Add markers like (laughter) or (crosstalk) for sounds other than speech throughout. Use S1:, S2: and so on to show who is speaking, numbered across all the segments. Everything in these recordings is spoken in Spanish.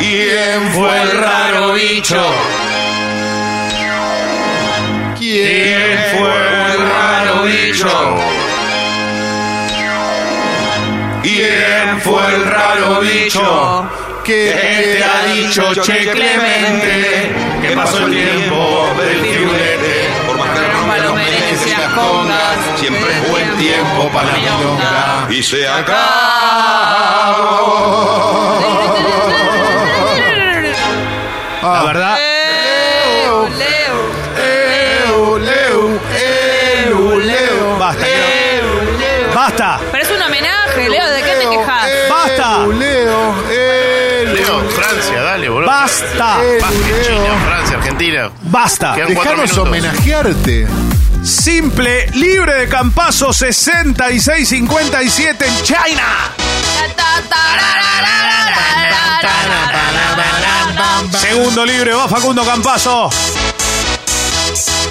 S1: ¿Quién fue el raro bicho? ¿Quién fue el raro bicho? ¿Quién fue el raro bicho? ¿Qué te ha dicho Che Clemente? Que pasó el tiempo del firulete. Por más que rompa los merengues y las congas, siempre fue el tiempo para la milonga. Y se acabó.
S2: La verdad,
S1: Leo, Leo, Leo, Leo, Leo.
S2: Basta,
S1: Leo, Leo.
S2: basta,
S3: Pero es un homenaje, Leo, ¿de qué te quejas?
S2: eh. Basta.
S1: Leo, Leo, Leo.
S4: Leo, Francia, dale, boludo.
S2: basta,
S4: Vázquez,
S1: Leo.
S4: China, Francia, Argentina.
S2: basta.
S4: Quedan cuatro
S1: Dejanos
S4: minutos.
S1: homenajearte.
S2: Simple, libre de Campazo 6657 en China. Segundo libre, va Facundo Campazo.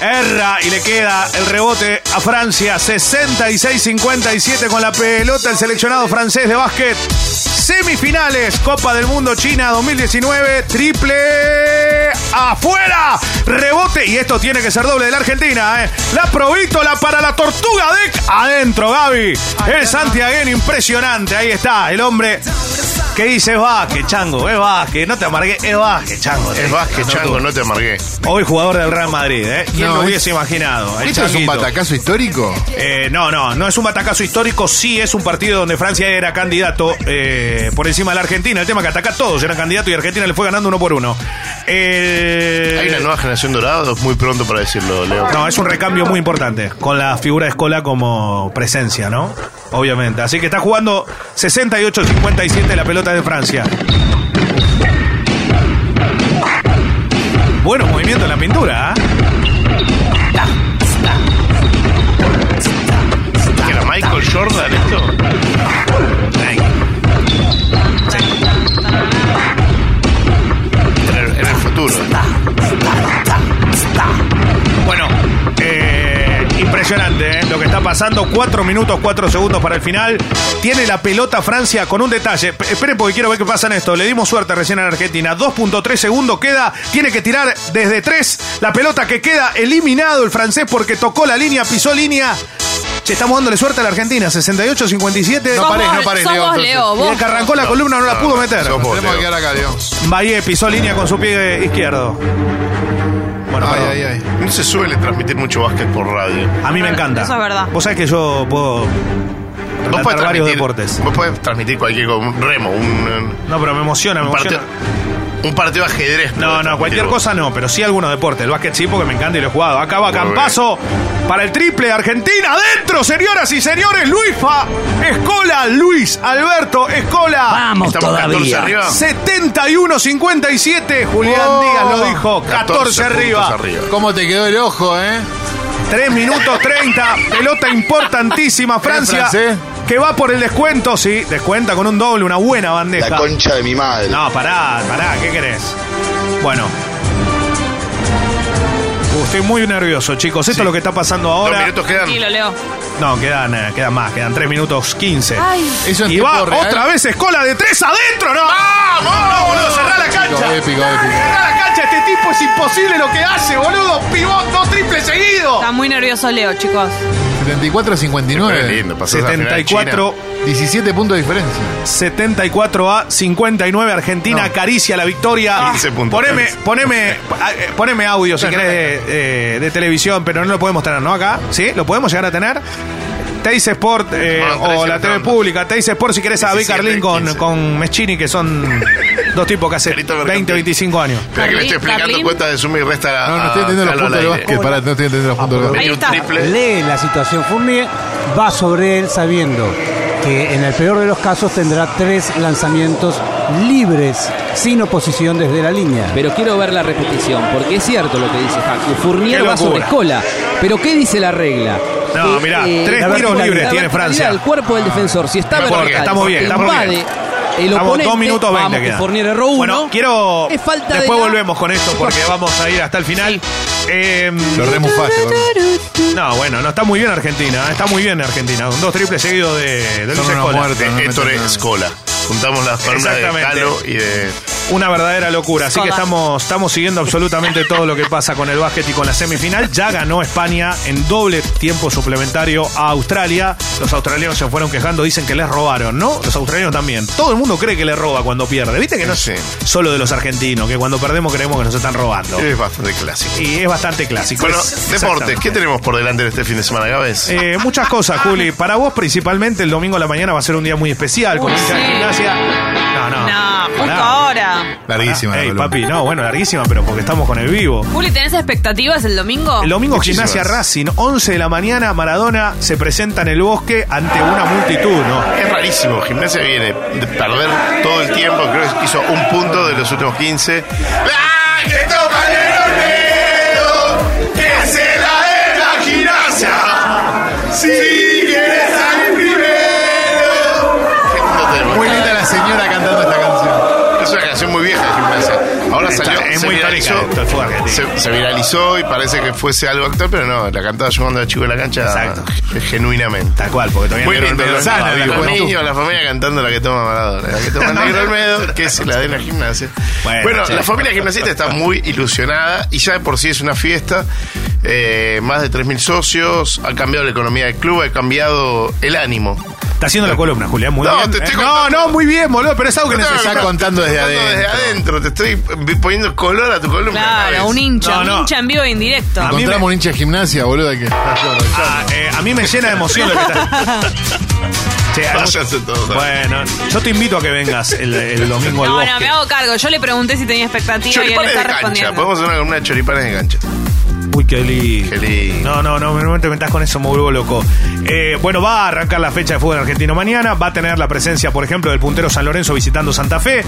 S2: Erra y le queda el rebote a Francia. 66-57 con la pelota el seleccionado francés de básquet. Semifinales, Copa del Mundo China 2019, triple afuera. Rebote y esto tiene que ser doble de la Argentina. ¿eh? La provítola para la tortuga Deck. Adentro, Gaby. El Santiaguén impresionante. Ahí está, el hombre que dice es Vázquez, chango. Es Vázquez, no te amargué. Es Vázquez, chango.
S4: Es Vázquez, Chango, no te amargué.
S2: Hoy jugador del Real Madrid, ¿eh? ¿Quién
S1: No,
S2: lo
S1: es-
S2: hubiese imaginado? El
S1: ¿Esto es un
S2: Changuito.
S1: batacazo histórico?
S2: Eh, no, no, no es un batacazo histórico, sí es un partido donde Francia era candidato eh, por encima de la Argentina. El tema que atacá todos eran candidatos y Argentina le fue ganando uno por uno. Eh,
S4: Hay una nueva generación dorada, es muy pronto para decirlo, Leo.
S2: no, es un recambio muy importante, con la figura de Escola como presencia, ¿no? Obviamente. Así que está jugando 68-57 la pelota de Francia. Bueno, movimiento en la pintura, ¿eh?
S4: ¿Que era Michael Jordan esto? En el, en el futuro.
S2: Bueno, eh, impresionante ¿eh? lo que está pasando. 4 minutos, 4 segundos para el final. Tiene la pelota Francia con un detalle. P- esperen porque quiero ver qué pasa en esto. Le dimos suerte recién a la Argentina. 2.3 segundos queda. Tiene que tirar desde 3. La pelota que queda eliminado el francés porque tocó la línea, pisó línea. Che, estamos dándole suerte a la Argentina. 68-57.
S1: No
S3: Somos-
S1: parés, no parés, Leo,
S3: somos
S1: entonces.
S3: Leo,
S2: y el
S3: vos.
S2: que arrancó la columna no la pudo meter.
S4: sos vos,
S1: Tenemos que
S4: Oh, Leo.
S1: quedar acá, Leo.
S2: Bahía pisó línea con su pie izquierdo. Bueno,
S1: Ay,
S2: perdón.
S1: ay, ay.
S4: No se suele transmitir mucho básquet por radio.
S2: A mí me encanta.
S3: Eso es verdad.
S2: Vos sabés que yo puedo relatar varios deportes.
S4: Vos podés transmitir cualquier cosa, un remo, un,
S2: No, pero me emociona, me
S4: un partido.
S2: emociona.
S4: Un partido de ajedrez.
S2: No,
S4: podés
S2: no, cualquier
S4: transmitir vos.
S2: cosa no, pero sí algunos deportes. El básquet sí, porque me encanta y lo he jugado. Acá va
S4: Muy
S2: Campazo para el triple. Argentina adentro, señoras y señores. Luisfa, Escola, Luis, Alberto, Escola.
S5: Vamos
S4: Estamos 14
S5: todavía.
S4: arriba.
S2: 71-57. Julián
S1: Oh.
S2: Díaz lo dijo. 14,
S4: puntos
S2: arriba.
S1: ¿Cómo te quedó el ojo, eh?
S2: 3 minutos 30, pelota importantísima, Francia,
S1: francés?
S2: que va por el descuento, sí, descuenta con un doble, una buena bandeja.
S6: La concha de mi madre.
S2: No, pará, pará, ¿qué querés? Bueno. Uh, Estoy muy nervioso, chicos. Esto es lo que está pasando
S4: Dos
S2: ahora.
S4: minutos quedan.
S3: Tranquilo, Leo.
S2: No, quedan, eh, quedan más, quedan 3 minutos 15.
S3: Ay.
S1: Eso es
S2: y va otra vez Escola de 3 adentro, ¿no? ¡Vamos! ¡No, boludo! ¡Cerrá la cancha!
S4: eh,
S1: Épico, épico.
S2: ¡Cerrá la cancha! Este tipo es imposible lo que hace, boludo. Pivot, dos triples seguidos.
S3: Está muy nervioso, Leo, chicos.
S1: 74 a
S4: Qué
S1: 59.
S4: lindo, pasás a la final de China.
S2: 74
S1: 17 puntos de diferencia.
S2: 74 a 59 Argentina
S1: No.
S2: acaricia la victoria.
S4: 15 puntos.
S2: Poneme, poneme, eh, poneme audio si
S1: No, no,
S2: querés de, eh, de televisión, pero no lo podemos tener, ¿no? Acá, ¿sí? ¿Lo podemos llegar a tener? Teis Sport eh,
S4: Bueno,
S2: o
S4: trece
S2: la TV
S4: ronda.
S2: pública, Teis Sport si querés a Vic
S4: 17,
S2: Carlín con,
S4: 15.
S2: con Meschini, que son
S1: (laughs)
S2: dos tipos que hace
S4: Carito
S2: 20,
S4: Bergantín.
S2: 25 años.
S4: Espera que le estoy explicando
S3: Carlín.
S4: cuenta de suma y resta.
S1: Ah, No, no estoy entendiendo los puntos del básquet. Pará, no estoy entendiendo los puntos del
S3: Ahí
S4: Hay
S1: básquet.
S4: un
S3: está.
S4: triple.
S7: lee la situación Fournier, va sobre él sabiendo que en el peor de los casos tendrá tres lanzamientos libres, sin oposición desde la línea.
S5: Pero quiero ver la repetición, porque es cierto lo que dice Facu. Fournier
S2: Qué
S5: va sobre
S2: locura.
S5: escola. Pero ¿qué dice la regla?
S2: No, mirá, tres
S5: eh, la
S2: tiros
S5: verticalidad-
S2: libres
S5: la
S2: tiene
S5: verticalidad
S2: Francia.
S5: del cuerpo del defensor. Si está
S2: No importa,
S5: vertical,
S2: estamos bien, estamos
S5: invade
S2: bien.
S5: el
S2: Estamos
S5: oponente,
S2: dos minutos 20
S5: eh, vamos, que
S2: quedan.
S5: Fournier erró uno.
S2: Bueno, quiero.
S5: Es falta de
S2: Después
S5: la-
S2: volvemos con esto
S5: (laughs)
S2: porque vamos a ir hasta el final. Em,
S1: Lo remo fácil.
S2: No, bueno, no está muy bien Argentina, ¿eh? está muy bien Argentina. Con dos triples seguidos de, de Luis
S1: Son unos
S2: Escola.
S1: muertos.
S4: De
S1: No me
S4: Héctor
S1: meto nada.
S4: Escola. Juntamos las palabras de
S2: Exactamente.
S4: Calo y de
S2: Una verdadera locura. Así que
S3: Codazo.
S2: estamos, estamos siguiendo absolutamente todo lo que pasa con el básquet y con la semifinal. Ya ganó España en doble tiempo suplementario a Australia. Los australianos se fueron quejando, dicen que les robaron, ¿no? Los australianos también. Todo el mundo cree que les roba cuando pierde. Viste que no es
S4: Sí.
S2: solo de los argentinos, que cuando perdemos creemos que nos están robando.
S4: Es bastante clásico.
S2: Y es bastante clásico.
S4: Bueno,
S2: Es-
S4: deportes, ¿qué
S2: exactamente.
S4: tenemos por delante en este fin de semana, Gávez?
S2: Eh, muchas cosas, Juli. Para vos, principalmente, el domingo a la mañana va a ser un día muy especial con
S3: Uy,
S2: mucha
S3: sí.
S2: gimnasia. No, no.
S3: No, justo
S2: Ah, Pará.
S3: ahora.
S6: Larguísima. la
S2: Ey,
S6: columna.
S2: papi, no, bueno, larguísima, pero porque estamos con el vivo.
S3: Juli, ¿tenés expectativas el domingo?
S2: El domingo
S4: Muchísimas.
S2: gimnasia Racing, 11 de la mañana, Maradona se presenta en el bosque ante una multitud, ¿no?
S4: Es rarísimo, Gimnasia viene de perder todo el tiempo, creo que hizo un punto de los últimos 15. ¡Ah, que tocan el hornero! ¡Que se la dé la Gimnasia! ¡Si quieres salir primero! Qué lindo tema.
S6: Muy linda la señora cantando esta canción.
S4: Es una canción muy vieja de Gimnasia. Ahora
S2: Está-
S4: salió,
S2: es
S4: se
S2: muy
S4: viralizó.
S2: histórica esto, el fútbol argentino.
S4: se, se viralizó y parece que fuese algo actual, pero no, la cantaba yo cuando era chico en la cancha
S2: Exacto.
S4: genuinamente.
S2: Tal cual, porque todavía
S4: Muy
S2: Negro
S4: lindo,
S2: Olmedo
S4: la
S2: estaba
S6: sana,
S4: sana,
S2: vivo,
S4: los
S2: ¿no?
S4: niños, la familia cantando la que toma Maradona, la que toma Negro Olmedo, que es la de la gimnasia.
S2: Bueno,
S4: Bueno,
S2: che.
S4: la familia gimnasista está muy ilusionada y ya de por sí es una fiesta. Eh, más de 3.000 socios, ha cambiado la economía del club, ha cambiado el ánimo.
S2: Está haciendo la columna, Julián, muy
S4: No,
S2: bien.
S4: te estoy
S2: Eh,
S4: contando.
S2: no, no, muy bien, boludo, pero es algo que
S4: No,
S2: necesitamos.
S6: está
S4: no,
S6: contando desde
S4: Te estoy poniendo color a tu columna.
S3: Claro,
S4: ¿sabes?
S3: un hincha,
S2: No, Ah, no.
S3: un hincha en vivo e indirecto.
S2: A mí
S6: Encontramos
S2: me-
S6: un hincha de gimnasia, boludo, que está llorando.
S2: Ah, eh, a mí me llena de emoción lo que
S4: (laughs)
S2: está. Che, hay mucho-
S4: Váyanse todos.
S2: Bueno, yo te invito a que vengas el, el domingo al
S3: No,
S2: bosque.
S3: no, me hago cargo. Yo le pregunté si tenía expectativa y él
S4: Choripanes
S3: está
S4: de cancha.
S3: respondiendo.
S4: Podemos hacer una columna de choripanes de cancha.
S2: Uy, qué lindo.
S4: Qué lindo.
S2: No, no, no, no te metas con eso, me vuelvo loco. Eh, bueno, va a arrancar la fecha de fútbol argentino mañana. Va a tener la presencia, por ejemplo, del puntero San Lorenzo visitando Santa Fe.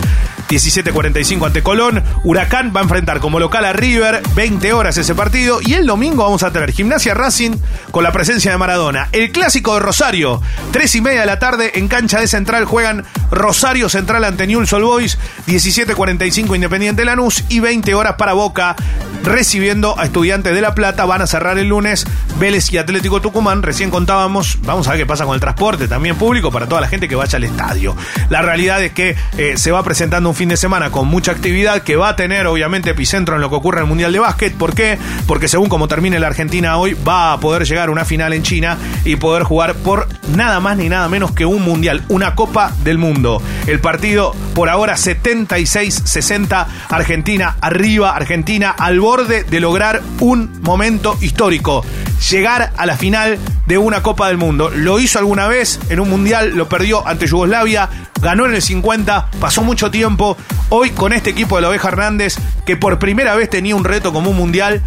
S2: 17.45 ante Colón. Huracán va a enfrentar como local a River. 20 horas ese partido. Y el domingo vamos a tener Gimnasia Racing con la presencia de Maradona. El clásico de Rosario. 3 y media de la tarde en cancha de Central juegan Rosario Central ante Newell's Old Boys. 17.45 Independiente Lanús. Y 20 horas para Boca recibiendo a Estudiantes de La Plata. Van a cerrar el lunes Vélez y Atlético Tucumán. Recién contábamos, vamos a ver qué pasa con el transporte también público para toda la gente que vaya al estadio. La realidad es que eh, se va presentando un fin de semana con mucha actividad que va a tener obviamente epicentro en lo que ocurre en el Mundial de Básquet. ¿Por qué? Porque según como termine la Argentina hoy, va a poder llegar a una final en China y poder jugar por nada más ni nada menos que un Mundial, una Copa del Mundo. El partido por ahora 76-60 Argentina arriba, Argentina al borde de lograr un momento histórico, llegar a la final de una Copa del Mundo. Lo hizo alguna vez en un mundial, lo perdió ante Yugoslavia, ganó en el 50, pasó mucho tiempo. Hoy con este equipo de la Oveja Hernández, que por primera vez tenía un reto como un mundial,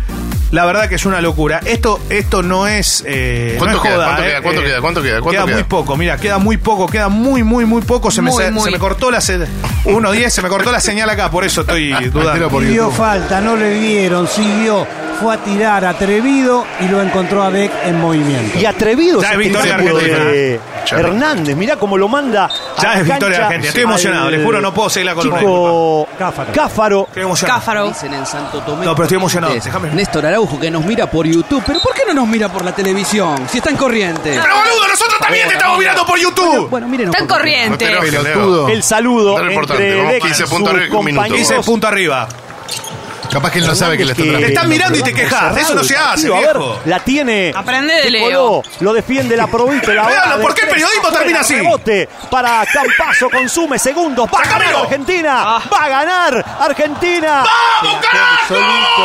S2: la verdad que es una locura. Esto, esto no es. eh,
S4: ¿Cuánto
S2: no es
S4: queda?
S2: joda,
S4: ¿Cuánto
S2: eh.
S4: queda? ¿Cuánto
S2: Eh,
S4: queda? ¿Cuánto queda? ¿Cuánto
S2: muy
S4: queda?
S2: poco, mira, queda muy poco, queda muy, muy, muy poco. Se,
S3: Muy,
S2: me, se
S3: muy.
S2: me cortó la se- 1.10, se me cortó la señal acá, por eso
S5: (laughs)
S2: estoy
S6: Entero
S2: dudando.
S6: por
S7: Pidió
S6: YouTube.
S7: falta, no le dieron, siguió, fue a tirar atrevido y lo encontró a Beck en movimiento.
S8: Y atrevido
S2: Ya
S8: se
S2: es victoria
S8: triciclo
S2: argentina.
S8: de
S4: Ya.
S8: Hernández. Mirá cómo lo manda. a
S2: Ya
S8: la
S2: es victoria
S8: cancha
S2: argentina. Estoy
S8: al
S2: emocionado, les juro, no puedo seguir la columna,
S8: Chico
S7: Cáfaro.
S8: Cáfaro.
S2: Estoy emocionado.
S3: Cáfaro.
S5: Dicen en Santo Tomé.
S2: No, pero estoy emocionado,
S5: Corrientes,
S2: déjame.
S5: Néstor Araujo que nos mira por YouTube. ¿Pero por qué no nos mira por la televisión? Si está en corriente.
S2: Pero boludo, nosotros también te estamos mirando por YouTube.
S5: Bueno, miren.
S3: Está en
S4: No te
S3: corriente.
S4: enojes,
S6: Pelotudo.
S8: El saludo
S4: Dale importante,
S8: entre
S4: vamos,
S8: Beck y
S4: 15
S8: sus
S4: puntos arriba que un minuto.
S8: compañeros.
S2: Dice punto arriba.
S6: Capaz que él no sabe que le está
S8: que-
S6: transmitiendo.
S2: Te están mirando y te
S8: Vamos
S2: quejas.
S8: cerrado
S2: Eso no
S8: el
S2: se hace,
S8: partido. A ver,
S2: viejo.
S8: La tiene.
S3: Aprende de Leo.
S8: Coló, Lo defiende la provincia. La
S2: Veanlo,
S8: hora de
S2: ¿por qué el
S8: tres.
S2: periodismo
S8: Afuera,
S2: termina así?
S8: Rebote para Campazo. Consume segundos. Va a ganar
S2: ¡Sácamelo!
S3: Ah.
S8: Argentina. Va a ganar Argentina.
S2: ¡Vamos,
S8: Se la pone
S2: carajo!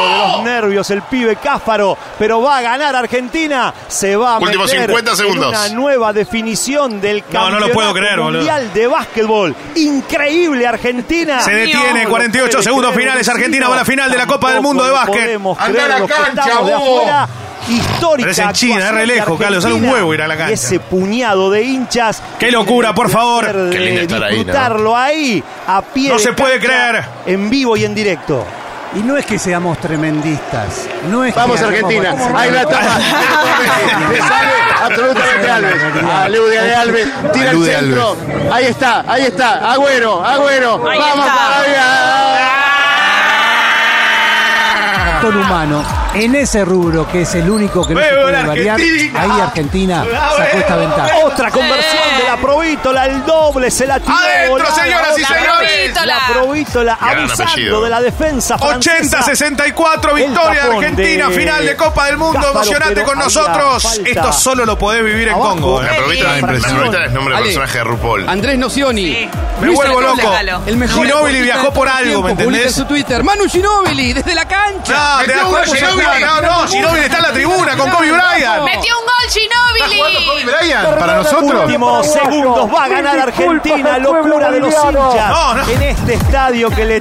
S8: Solito de los nervios el pibe Cáfaro. Pero va a ganar Argentina. Se va a
S4: Últimos
S8: meter
S4: 50
S8: en
S4: segundos.
S8: una nueva definición del
S2: No, no
S8: campeonato
S2: lo puedo creer, boludo.
S8: mundial de básquetbol. Increíble Argentina.
S2: Se detiene,
S8: No,
S2: 48
S8: puede
S2: segundos
S8: creer,
S2: finales.
S8: vecino.
S2: Argentina va a la final de la Copa del Mundo de
S8: Tampoco
S2: básquet.
S8: podemos
S6: Andá
S8: creer
S6: a la
S8: lo que
S6: cancha,
S8: estamos de
S6: vos.
S8: afuera. Histórica
S2: Pero es en China,
S8: actuación
S2: es re
S8: de
S2: lejos, Carlos, sale un
S8: Argentina.
S2: huevo ir a la cancha.
S8: Y ese puñado de hinchas.
S2: Qué locura, por favor.
S8: Qué lindo estar ahí.
S4: ¿no?
S8: Disfrutarlo ahí, a pie.
S2: No
S8: de
S2: se puede
S8: cancha,
S2: creer.
S8: En vivo y en directo.
S7: Y no es que seamos tremendistas. No es
S9: Vamos
S7: que
S9: Argentina, ahí la
S7: (laughs)
S9: tapa. Le sale absolutamente Alves. Alude de Alves, tira el
S6: Alude
S9: centro. Ahí está, ahí está. Agüero, Agüero.
S3: Ahí
S9: Vamos
S3: está.
S9: para
S7: con humano. En ese rubro, que es el único que no se
S2: ¡Veo
S7: puede
S2: la
S7: variar,
S2: Argentina!
S7: ahí Argentina sacó esta ventaja.
S8: Otra conversión
S3: Sí.
S8: de la Provítola, el doble se la tiró.
S2: Adentro,
S8: volada,
S2: señoras y
S8: otra
S2: señores.
S8: vez La Provítola
S4: Gran apellido.
S8: abusando de la defensa francesa.
S2: 80-64, victoria
S8: El
S2: de
S8: tapón
S2: Argentina,
S8: de
S2: final de Copa del Mundo,
S8: Cáfaro,
S2: emocionante
S8: pero
S2: con
S8: había
S2: nosotros.
S8: falta.
S2: Esto solo lo podés vivir en
S8: Abajo.
S2: Congo.
S4: La
S2: ¿eh?
S4: probita,
S3: Sí.
S4: la probita es nombre de
S5: Ale.
S4: personaje de RuPaul.
S5: Andrés Nocioni.
S8: Eh,
S2: Me
S5: Luis
S2: vuelvo
S5: Alcalde,
S2: loco.
S5: El mejor
S2: Ginóbili
S5: deportista
S2: viajó
S5: de
S2: por
S5: todos
S2: algo,
S5: tiempos,
S2: ¿me
S5: publica
S2: entendés?
S5: en su Twitter. Manu Ginóbili, desde la cancha.
S2: No, te das cuenta, Ginóbili, no, no, Ginóbili está en la tribuna con Kobe Bryant.
S3: ¡Metió un gol Ginóbili!
S6: Brian, para nosotros.
S8: Últimos segundos va a ganar Argentina, locura de los hinchas.
S2: No, no.
S8: En este estadio que le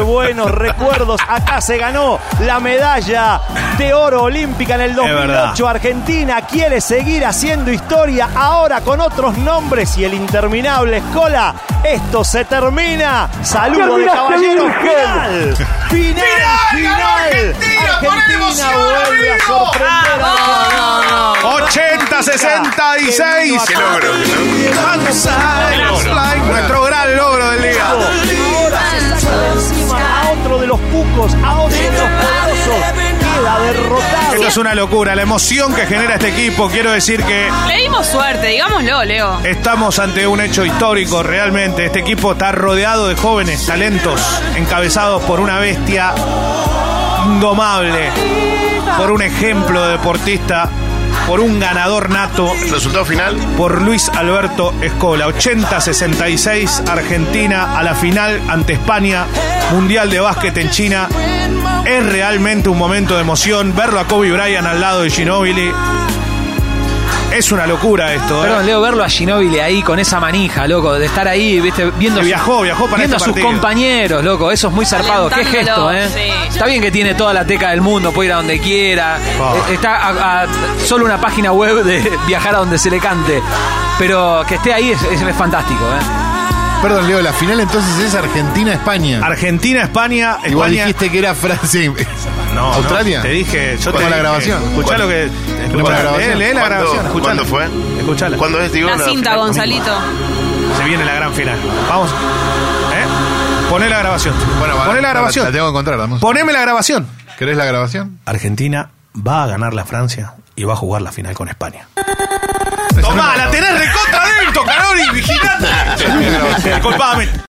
S2: (laughs)
S8: buenos recuerdos, acá se ganó la medalla de oro olímpica en el
S2: verdad.
S8: 2008. Argentina quiere seguir haciendo historia ahora con otros nombres y el interminable Escola. Esto se termina. Saludo de caballero. Final. Final. Final.
S2: Argentina, por emoción,
S8: vuelve a
S2: amigo. Ah,
S8: sorprender. a
S3: Vamos.
S8: Argentina.
S2: 80-66.
S4: Qué logro, qué logro.
S2: Nuestro gran logro del día.
S8: a otro de los pucos, a otro de los poderosos, queda derrotado.
S2: Esto es una locura, la emoción que genera este equipo. Quiero decir que
S3: Le dimos suerte, digámoslo, Leo.
S2: Estamos ante un hecho histórico realmente. Este equipo está rodeado de jóvenes talentos, encabezados por una bestia indomable, por un ejemplo de deportista, por un ganador nato,
S4: Resultado final,
S2: por Luis Alberto Escola. 80-66 Argentina a la final ante España, Mundial de Básquet en China. Es realmente un momento de emoción verlo a Kobe Bryant al lado de Ginobili. Es una locura esto. ¿eh?
S10: Perdón, Leo, verlo a Ginóbili ahí con esa manija, loco, de estar ahí, viste, viendo,
S2: Que
S10: su-
S2: viajó, viajó para
S10: viendo
S2: este
S10: a sus
S2: partido.
S10: compañeros, loco, eso es muy zarpado, qué
S3: Alentándolo,
S10: gesto, ¿eh?
S3: sí.
S10: Está bien que tiene toda la teca del mundo, puede ir a donde quiera,
S2: Ah.
S10: eh, está a, a solo una página web de (laughs) viajar a donde se le cante, pero que esté ahí es, es- es fantástico, ¿eh?
S6: Perdón, Leo, la final entonces es Argentina-España.
S2: Argentina, España,
S6: Igual
S2: España.
S6: dijiste que era Francia y
S2: no,
S6: Australia.
S2: no, te dije, yo
S6: Pongo
S2: te
S6: la
S2: dije.
S6: grabación.
S2: Escuchá lo que.
S6: Pongo la
S2: escuchá,
S6: grabación.
S2: Lee, lee la
S4: ¿Cuándo-
S2: grabación. escuchala.
S4: cuándo fue?
S2: Escuchala.
S4: ¿cuándo es? Digo,
S3: La cinta,
S4: final?
S3: Gonzalito.
S2: Se viene la gran final. Vamos. ¿Eh? Poné la grabación. Poné la
S6: La
S2: grabación.
S6: tengo que encontrar. dame un-
S2: Poneme la grabación.
S6: ¿Querés la grabación?
S2: Argentina va a ganar la Francia y va a jugar la final con España. Tomá, la tenés recontra adentro, Caroli, vigilante. Disculpame.